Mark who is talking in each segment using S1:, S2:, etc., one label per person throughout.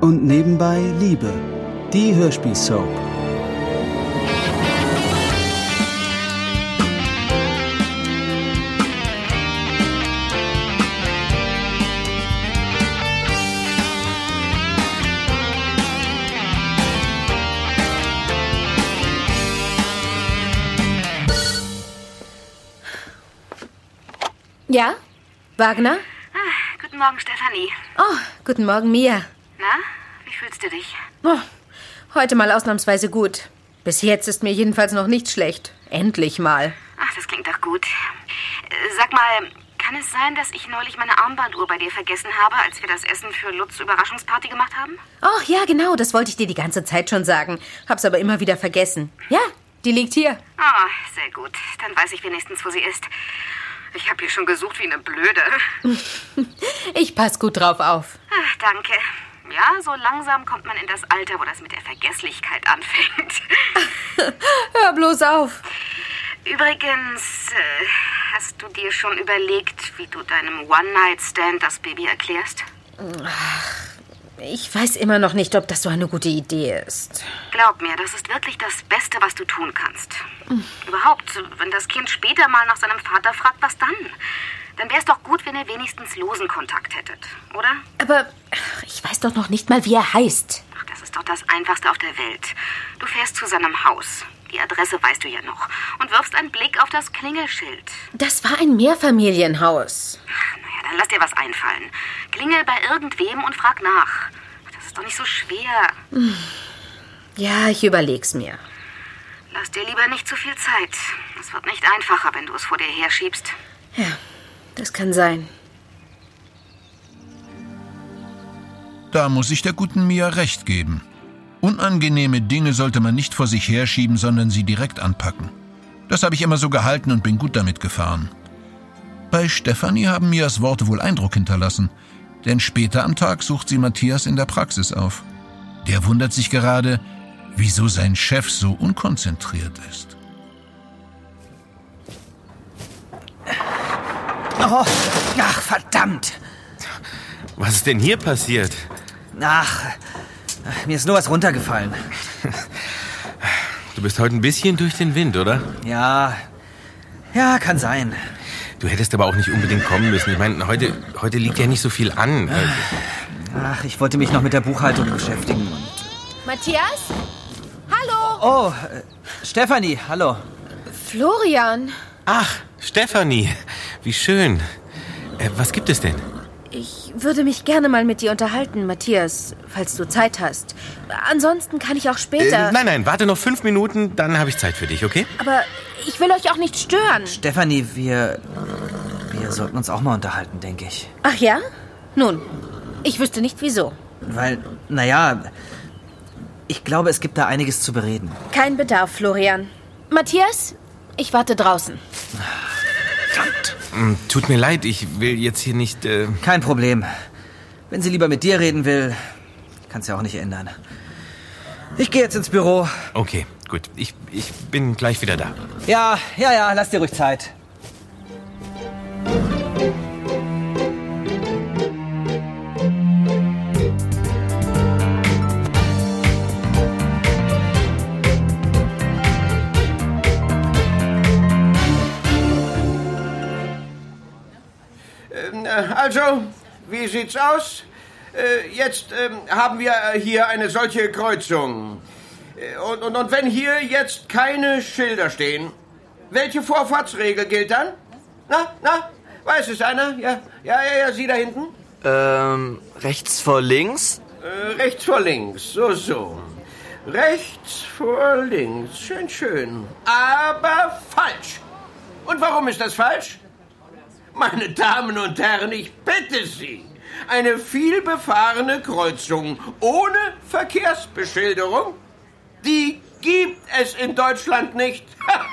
S1: und nebenbei Liebe, die Hörspielsoap.
S2: Ja? Wagner?
S3: Ah, Guten Morgen, Stefanie.
S2: Oh, guten Morgen, Mia.
S3: Na, wie fühlst du dich?
S2: Oh, heute mal ausnahmsweise gut. Bis jetzt ist mir jedenfalls noch nicht schlecht. Endlich mal.
S3: Ach, das klingt doch gut. Äh, Sag mal, kann es sein, dass ich neulich meine Armbanduhr bei dir vergessen habe, als wir das Essen für Lutz Überraschungsparty gemacht haben?
S2: Oh, ja, genau, das wollte ich dir die ganze Zeit schon sagen. Hab's aber immer wieder vergessen. Ja, die liegt hier.
S3: Ah, sehr gut. Dann weiß ich wenigstens, wo sie ist. Ich habe hier schon gesucht wie eine Blöde.
S2: Ich pass gut drauf auf.
S3: Ach, danke. Ja, so langsam kommt man in das Alter, wo das mit der Vergesslichkeit anfängt.
S2: Hör bloß auf.
S3: Übrigens, äh, hast du dir schon überlegt, wie du deinem One-Night-Stand das Baby erklärst?
S2: Ich weiß immer noch nicht, ob das so eine gute Idee ist.
S3: Glaub mir, das ist wirklich das Beste, was du tun kannst. Überhaupt, wenn das Kind später mal nach seinem Vater fragt, was dann? Dann wäre es doch gut, wenn ihr wenigstens losen Kontakt hättet, oder?
S2: Aber ach, ich weiß doch noch nicht mal, wie er heißt.
S3: Ach, das ist doch das Einfachste auf der Welt. Du fährst zu seinem Haus. Die Adresse weißt du ja noch. Und wirfst einen Blick auf das Klingelschild.
S2: Das war ein Mehrfamilienhaus.
S3: Naja, dann lass dir was einfallen. Klingel bei irgendwem und frag nach. Ach, Das ist doch nicht so schwer.
S2: Ja, ich überleg's mir.
S3: Lass dir lieber nicht zu viel Zeit. Es wird nicht einfacher, wenn du es vor dir herschiebst.
S2: Ja, das kann sein.
S4: Da muss ich der guten Mia recht geben. Unangenehme Dinge sollte man nicht vor sich herschieben, sondern sie direkt anpacken. Das habe ich immer so gehalten und bin gut damit gefahren. Bei Stefanie haben Mias Worte wohl Eindruck hinterlassen, denn später am Tag sucht sie Matthias in der Praxis auf. Der wundert sich gerade, wieso sein Chef so unkonzentriert ist.
S5: Oh, ach, verdammt.
S6: Was ist denn hier passiert?
S5: Ach, mir ist nur was runtergefallen.
S6: Du bist heute ein bisschen durch den Wind, oder?
S5: Ja, ja, kann sein.
S6: Du hättest aber auch nicht unbedingt kommen müssen. Ich meine, heute, heute liegt ja nicht so viel an.
S5: Ach, ich wollte mich noch mit der Buchhaltung beschäftigen.
S2: Matthias? Hallo?
S5: Oh, äh, Stefanie, hallo.
S2: Florian.
S6: Ach, Stefanie, wie schön. Äh, was gibt es denn?
S2: Ich würde mich gerne mal mit dir unterhalten, Matthias, falls du Zeit hast. Ansonsten kann ich auch
S6: Äh,
S2: später.
S6: nein, nein, warte noch fünf Minuten, dann habe ich Zeit für dich, okay?
S2: aber ich will euch auch nicht stören.
S5: Stefanie, wir. Wir sollten uns auch mal unterhalten, denke ich.
S2: Ach ja? Nun, ich wüsste nicht wieso.
S5: Weil, naja, ich glaube, es gibt da einiges zu bereden.
S2: Kein Bedarf, Florian. Matthias, ich warte draußen.
S6: Hm, Tut mir leid, ich will jetzt hier nicht. Äh,
S5: Kein Problem. Wenn sie lieber mit dir reden will, kann's ja auch nicht ändern. Ich gehe jetzt ins Büro.
S6: okay, gut. Ich, ich bin gleich wieder da.
S5: Ja, ja, ja, lass dir ruhig Zeit.
S7: Also, wie sieht's aus? Äh, Jetzt ähm, haben wir äh, hier eine solche Kreuzung. Äh, Und, und, und wenn hier jetzt keine Schilder stehen, welche Vorfahrtsregel gilt dann? Na, na, weiß es einer? Ja, ja, ja, ja Sie da hinten?
S8: Ähm, rechts vor links?
S7: Äh, rechts vor links, so, so. Rechts vor links, schön, schön. Aber falsch. Und warum ist das falsch? Meine Damen und Herren, ich bitte Sie. Eine vielbefahrene Kreuzung ohne Verkehrsbeschilderung, die gibt es in Deutschland nicht.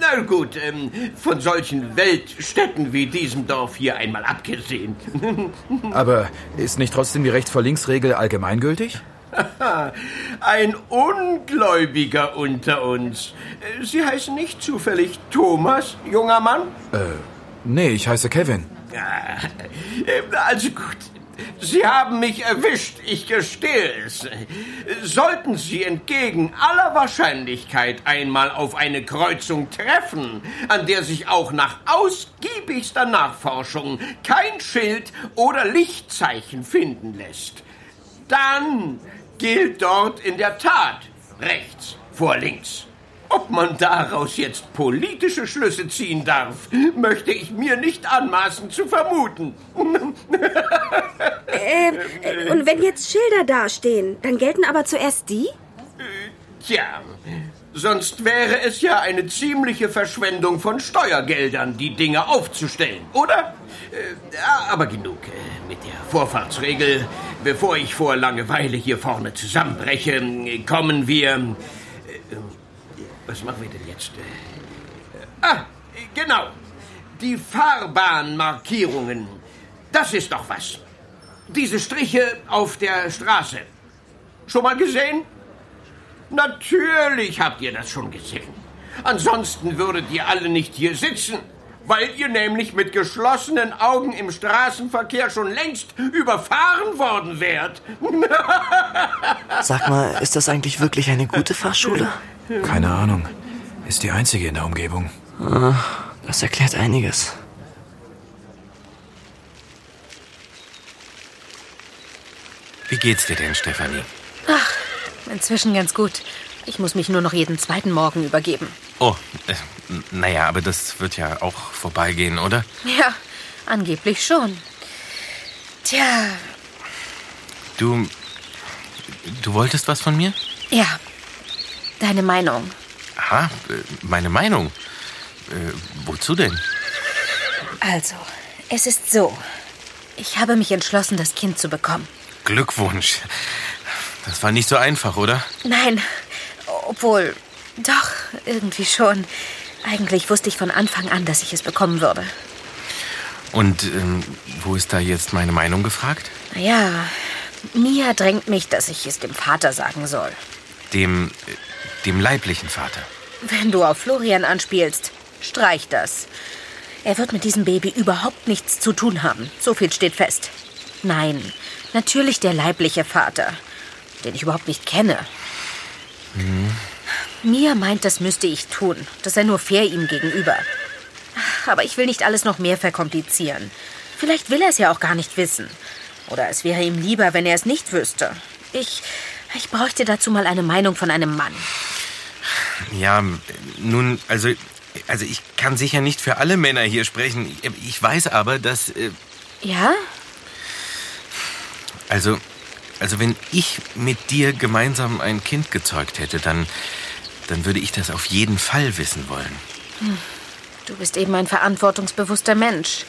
S7: Na gut, ähm, von solchen Weltstädten wie diesem Dorf hier einmal abgesehen.
S8: Aber ist nicht trotzdem die rechts vor links Regel allgemeingültig?
S7: Ein Ungläubiger unter uns. Äh, Sie heißen nicht zufällig Thomas, junger Mann?
S8: Nee, ich heiße Kevin.
S7: Ah, äh, Also gut, Sie haben mich erwischt, ich gestehe es. Sollten Sie entgegen aller Wahrscheinlichkeit einmal auf eine Kreuzung treffen, an der sich auch nach ausgiebigster Nachforschung kein Schild oder Lichtzeichen finden lässt, dann gilt dort in der Tat rechts vor links. Ob man daraus jetzt politische Schlüsse ziehen darf, möchte ich mir nicht anmaßen zu vermuten.
S9: Ähm, äh, und wenn jetzt Schilder dastehen, dann gelten aber zuerst die?
S7: Tja, sonst wäre es ja eine ziemliche Verschwendung von Steuergeldern, die Dinge aufzustellen, oder? Äh, ja, aber genug äh, mit der Vorfahrtsregel. Bevor ich vor Langeweile hier vorne zusammenbreche, äh, kommen wir. äh, äh, Was machen wir denn jetzt? Äh, äh, Ah, äh, genau. Die Fahrbahnmarkierungen. Das ist doch was. Diese Striche auf der Straße. Schon mal gesehen? Natürlich habt ihr das schon gesehen. Ansonsten würdet ihr alle nicht hier sitzen, weil ihr nämlich mit geschlossenen Augen im Straßenverkehr schon längst überfahren worden wärt.
S10: Sag mal, ist das eigentlich wirklich eine gute Fahrschule?
S8: Keine Ahnung. Ist die einzige in der Umgebung.
S10: Das erklärt einiges.
S6: Wie geht's dir denn, Stefanie?
S2: Inzwischen ganz gut. Ich muss mich nur noch jeden zweiten Morgen übergeben.
S6: Oh, äh, n- naja, aber das wird ja auch vorbeigehen, oder?
S2: Ja, angeblich schon. Tja,
S6: Du. Du wolltest was von mir?
S2: ja. Deine Meinung.
S6: Ha, äh, meine Meinung. Äh, wozu denn?
S2: Also, es ist so. Ich habe mich entschlossen, das Kind zu bekommen.
S6: Glückwunsch. Das war nicht so einfach, oder?
S2: Nein, obwohl, doch, irgendwie schon. Eigentlich wusste ich von Anfang an, dass ich es bekommen würde.
S6: Und ähm, wo ist da jetzt meine Meinung gefragt?
S2: Naja, Mia drängt mich, dass ich es dem Vater sagen soll.
S6: Dem. äh, dem leiblichen Vater.
S2: Wenn du auf Florian anspielst, streich das. Er wird mit diesem Baby überhaupt nichts zu tun haben. So viel steht fest. Nein, natürlich der leibliche Vater, den ich überhaupt nicht kenne. Mia meint, das müsste ich tun. Das sei nur fair ihm gegenüber. Aber ich will nicht alles noch mehr verkomplizieren. Vielleicht will er es ja auch gar nicht wissen. Oder es wäre ihm lieber, wenn er es nicht wüsste. Ich, ich bräuchte dazu mal eine Meinung von einem Mann.
S6: Ja, nun, also, also ich kann sicher nicht für alle Männer hier sprechen. Ich weiß aber, dass, äh,
S2: Ja?
S6: also, also wenn ich mit dir gemeinsam ein Kind gezeugt hätte, dann, dann würde ich das auf jeden Fall wissen wollen.
S2: Du bist eben ein verantwortungsbewusster Mensch.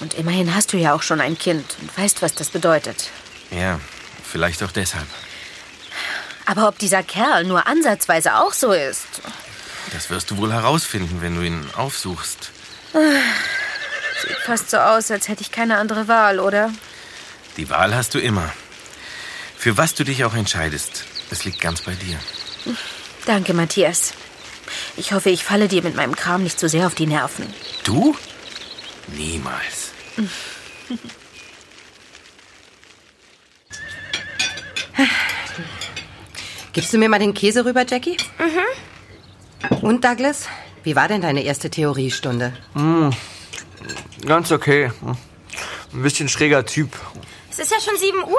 S2: Und immerhin hast du ja auch schon ein Kind und weißt, was das bedeutet.
S6: Ja, vielleicht auch deshalb.
S2: Aber ob dieser Kerl nur ansatzweise auch so ist?
S6: Das wirst du wohl herausfinden, wenn du ihn aufsuchst.
S2: Sieht fast so aus, als hätte ich keine andere Wahl, oder?
S6: Die Wahl hast du immer. Für was du dich auch entscheidest, es liegt ganz bei dir.
S2: Danke, Matthias. Ich hoffe, ich falle dir mit meinem Kram nicht zu sehr auf die Nerven.
S6: Du? Niemals.
S11: Gibst du mir mal den Käse rüber, Jackie? Mhm. Und Douglas, wie war denn deine erste Theoriestunde?
S10: Ganz okay. Ein bisschen schräger Typ.
S9: Es ist ja schon 7 Uhr.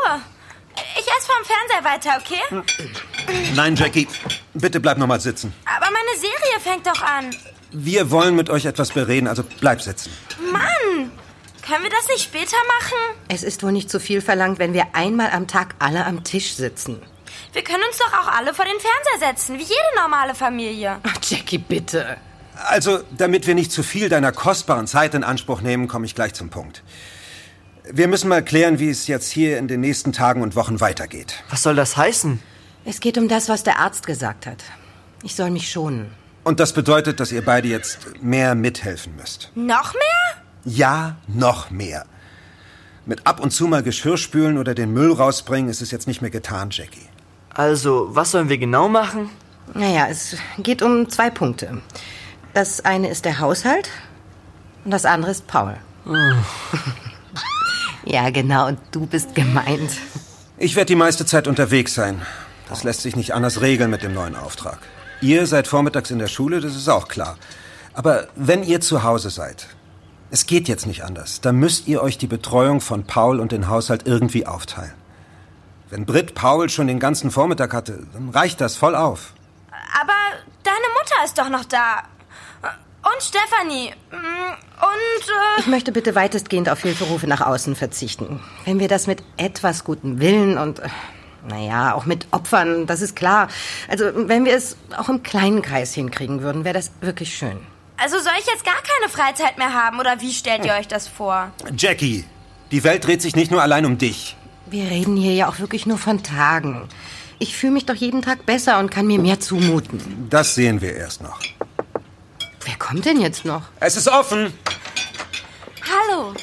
S9: Ich esse vom Fernseher weiter, okay?
S12: Nein, Jackie, bitte bleib nochmal sitzen.
S9: Aber meine Serie fängt doch an.
S12: Wir wollen mit euch etwas bereden, also bleib sitzen.
S9: Mann, können wir das nicht später machen?
S11: Es ist wohl nicht zu viel verlangt, wenn wir einmal am Tag alle am Tisch sitzen.
S9: Wir können uns doch auch alle vor den Fernseher setzen, wie jede normale Familie.
S11: Ach, Jackie, bitte.
S12: Also, damit wir nicht zu viel deiner kostbaren Zeit in Anspruch nehmen, komme ich gleich zum Punkt. Wir müssen mal klären, wie es jetzt hier in den nächsten Tagen und Wochen weitergeht.
S10: Was soll das heißen?
S11: Es geht um das, was der Arzt gesagt hat. Ich soll mich schonen.
S12: Und das bedeutet, dass ihr beide jetzt mehr mithelfen müsst.
S9: Noch mehr?
S12: Ja, noch mehr. Mit ab und zu mal Geschirr spülen oder den Müll rausbringen ist es jetzt nicht mehr getan, Jackie.
S10: Also, was sollen wir genau machen?
S11: Naja, es geht um zwei Punkte. Das eine ist der Haushalt und das andere ist Paul. Ja, genau. Und du bist gemeint.
S12: Ich werde die meiste Zeit unterwegs sein. Das lässt sich nicht anders regeln mit dem neuen Auftrag. Ihr seid vormittags in der Schule, das ist auch klar. Aber wenn ihr zu Hause seid, es geht jetzt nicht anders, dann müsst ihr euch die Betreuung von Paul und den Haushalt irgendwie aufteilen. Wenn Britt Paul schon den ganzen Vormittag hatte, dann reicht das voll auf.
S13: Aber deine Mutter ist doch noch da. Und Stefanie.
S9: Mm,
S13: Und. Äh
S11: Ich möchte bitte weitestgehend auf Hilferufe nach außen verzichten. Wenn wir das mit etwas gutem Willen und, äh, naja, auch mit Opfern, das ist klar. Also, wenn wir es auch im kleinen Kreis hinkriegen würden, wäre das wirklich schön.
S13: Also soll ich jetzt gar keine Freizeit mehr haben oder wie stellt ihr euch das vor?
S12: Jackie, die Welt dreht sich nicht nur allein um dich.
S11: Wir reden hier ja auch wirklich nur von Tagen. Ich fühle mich doch jeden Tag besser und kann mir mehr zumuten.
S12: Das sehen wir erst noch.
S11: Wer kommt denn jetzt noch?
S12: Es ist offen.
S14: Hallo.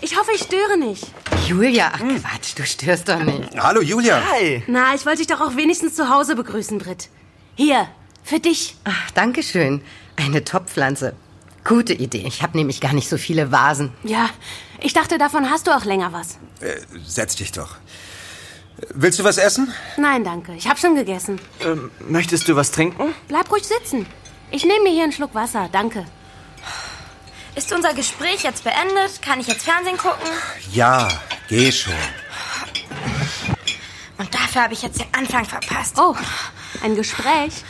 S14: Ich hoffe, ich störe nicht.
S11: Julia, ach
S10: Hm.
S11: Quatsch, du störst doch nicht.
S12: Hallo, Julia.
S10: Hi.
S14: Na, ich wollte dich doch auch wenigstens zu Hause begrüßen, Britt. Hier, für dich.
S11: Ach, danke schön. Eine Topfpflanze. Gute Idee. Ich habe nämlich gar nicht so viele Vasen.
S14: Ja, ich dachte, davon hast du auch länger was.
S12: Äh, setz dich doch. Willst du was essen?
S14: Nein, danke. Ich habe schon gegessen.
S10: Ähm, möchtest du was trinken?
S14: Bleib ruhig sitzen. Ich nehme mir hier einen Schluck Wasser. Danke.
S13: Ist unser Gespräch jetzt beendet? Kann ich jetzt Fernsehen gucken?
S12: Ja, geh schon.
S13: Und dafür habe ich jetzt den Anfang verpasst.
S14: Oh, ein Gespräch.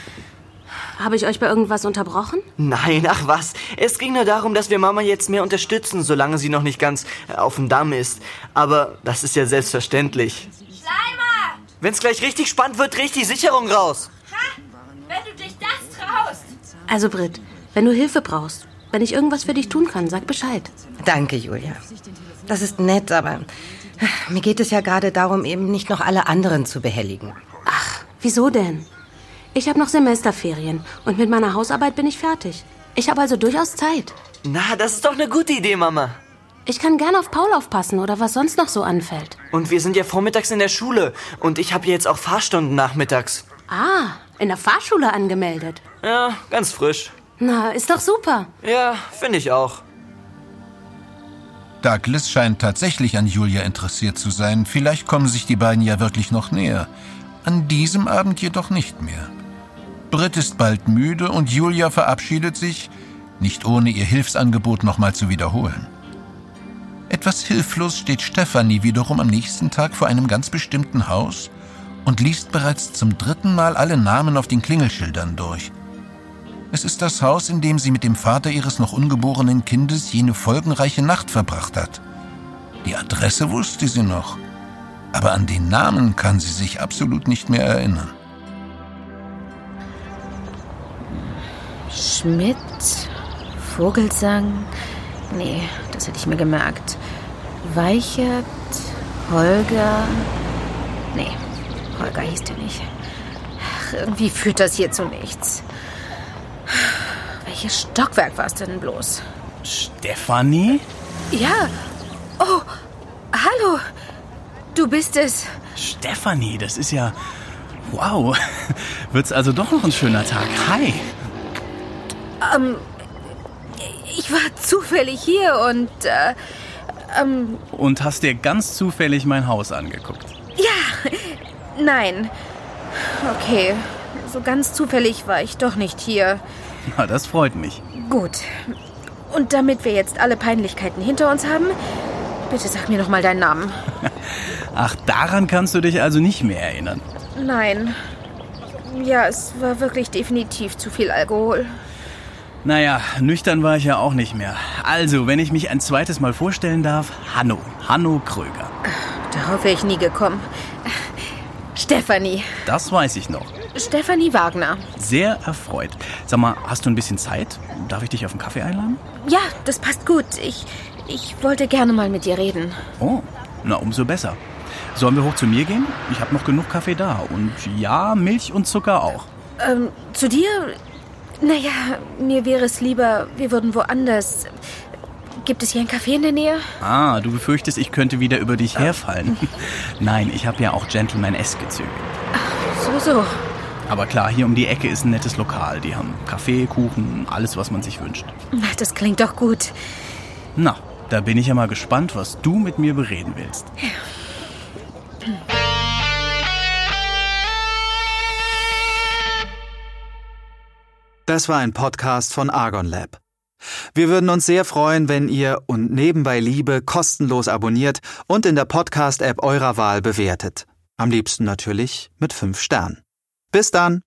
S14: Habe ich euch bei irgendwas unterbrochen?
S10: Nein, ach was. Es ging nur darum, dass wir Mama jetzt mehr unterstützen, solange sie noch nicht ganz äh, auf dem Damm ist. Aber das ist ja selbstverständlich.
S13: Schleimer!
S10: Wenn's gleich richtig spannend wird, dreh ich die Sicherung raus.
S13: Wenn du dich das traust!
S14: Also, Britt, wenn du Hilfe brauchst, wenn ich irgendwas für dich tun kann, sag Bescheid.
S11: Danke, Julia. Das ist nett, aber äh, mir geht es ja gerade darum, eben nicht noch alle anderen zu behelligen.
S14: Wieso denn? Ich habe noch Semesterferien und mit meiner Hausarbeit bin ich fertig. Ich habe also durchaus Zeit.
S10: Na, das ist doch eine gute Idee, Mama.
S14: Ich kann gern auf Paul aufpassen oder was sonst noch so anfällt.
S10: Und wir sind ja vormittags in der Schule. Und ich habe jetzt auch Fahrstunden nachmittags.
S14: Ah, in der Fahrschule angemeldet.
S10: Ja, ganz frisch.
S14: Na, ist doch super.
S10: Ja, finde ich auch.
S4: Douglas scheint tatsächlich an Julia interessiert zu sein. Vielleicht kommen sich die beiden ja wirklich noch näher. An diesem Abend jedoch nicht mehr. Britt ist bald müde und Julia verabschiedet sich, nicht ohne ihr Hilfsangebot nochmal zu wiederholen. Etwas hilflos steht Stefanie wiederum am nächsten Tag vor einem ganz bestimmten Haus und liest bereits zum dritten Mal alle Namen auf den Klingelschildern durch. Es ist das Haus, in dem sie mit dem Vater ihres noch ungeborenen Kindes jene folgenreiche Nacht verbracht hat. Die Adresse wusste sie noch, aber an den Namen kann sie sich absolut nicht mehr erinnern.
S2: Schmidt, Vogelsang. Nee, das hätte ich mir gemerkt. Weichert, Holger. Nee, Holger hieß der nicht. Ach, irgendwie führt das hier zu nichts. Welches Stockwerk war es denn bloß?
S15: Stefanie?
S2: Ja. Oh, hallo. Du bist es.
S15: Stefanie, das ist ja. Wow. Wird's also doch noch ein schöner Tag. Hi.
S2: Ähm, ich war zufällig hier und äh, ähm,
S15: Und hast dir ganz zufällig mein Haus angeguckt.
S2: ja, nein. Okay, so ganz zufällig war ich doch nicht hier.
S15: Na, das freut mich.
S2: Gut. Und damit wir jetzt alle Peinlichkeiten hinter uns haben, bitte sag mir noch mal deinen Namen.
S15: Ach, daran kannst du dich also nicht mehr erinnern.
S2: Nein. Ja, es war wirklich definitiv zu viel Alkohol.
S15: Naja, nüchtern war ich ja auch nicht mehr. Also, wenn ich mich ein zweites Mal vorstellen darf, Hanno. Hanno Kröger.
S2: Darauf wäre ich nie gekommen. Stefanie.
S15: Das weiß ich noch.
S2: Stefanie Wagner.
S15: Sehr erfreut. Sag mal, hast du ein bisschen Zeit? Darf ich dich auf einen Kaffee einladen?
S2: Ja, das passt gut. Ich, ich wollte gerne mal mit dir reden.
S15: Oh, na umso besser. Sollen wir hoch zu mir gehen? Ich habe noch genug Kaffee da. Und ja, Milch und Zucker auch.
S2: Ähm, zu dir? Naja, mir wäre es lieber, wir würden woanders. Gibt es hier ein Café in der Nähe?
S15: Ah, du befürchtest, ich könnte wieder über dich herfallen. Nein, ich habe ja auch Gentleman S gezügelt.
S2: So, so.
S15: Aber klar, hier um die Ecke ist ein nettes Lokal. Die haben Kaffee, Kuchen, alles, was man sich wünscht.
S2: Na, das klingt doch gut.
S15: Na, Da bin ich ja mal gespannt, was du mit mir bereden willst.
S16: Das war ein Podcast von Argon Lab. Wir würden uns sehr freuen, wenn ihr und nebenbei Liebe kostenlos abonniert und in der Podcast-App eurer Wahl bewertet. Am liebsten natürlich mit 5 Sternen. Bis dann!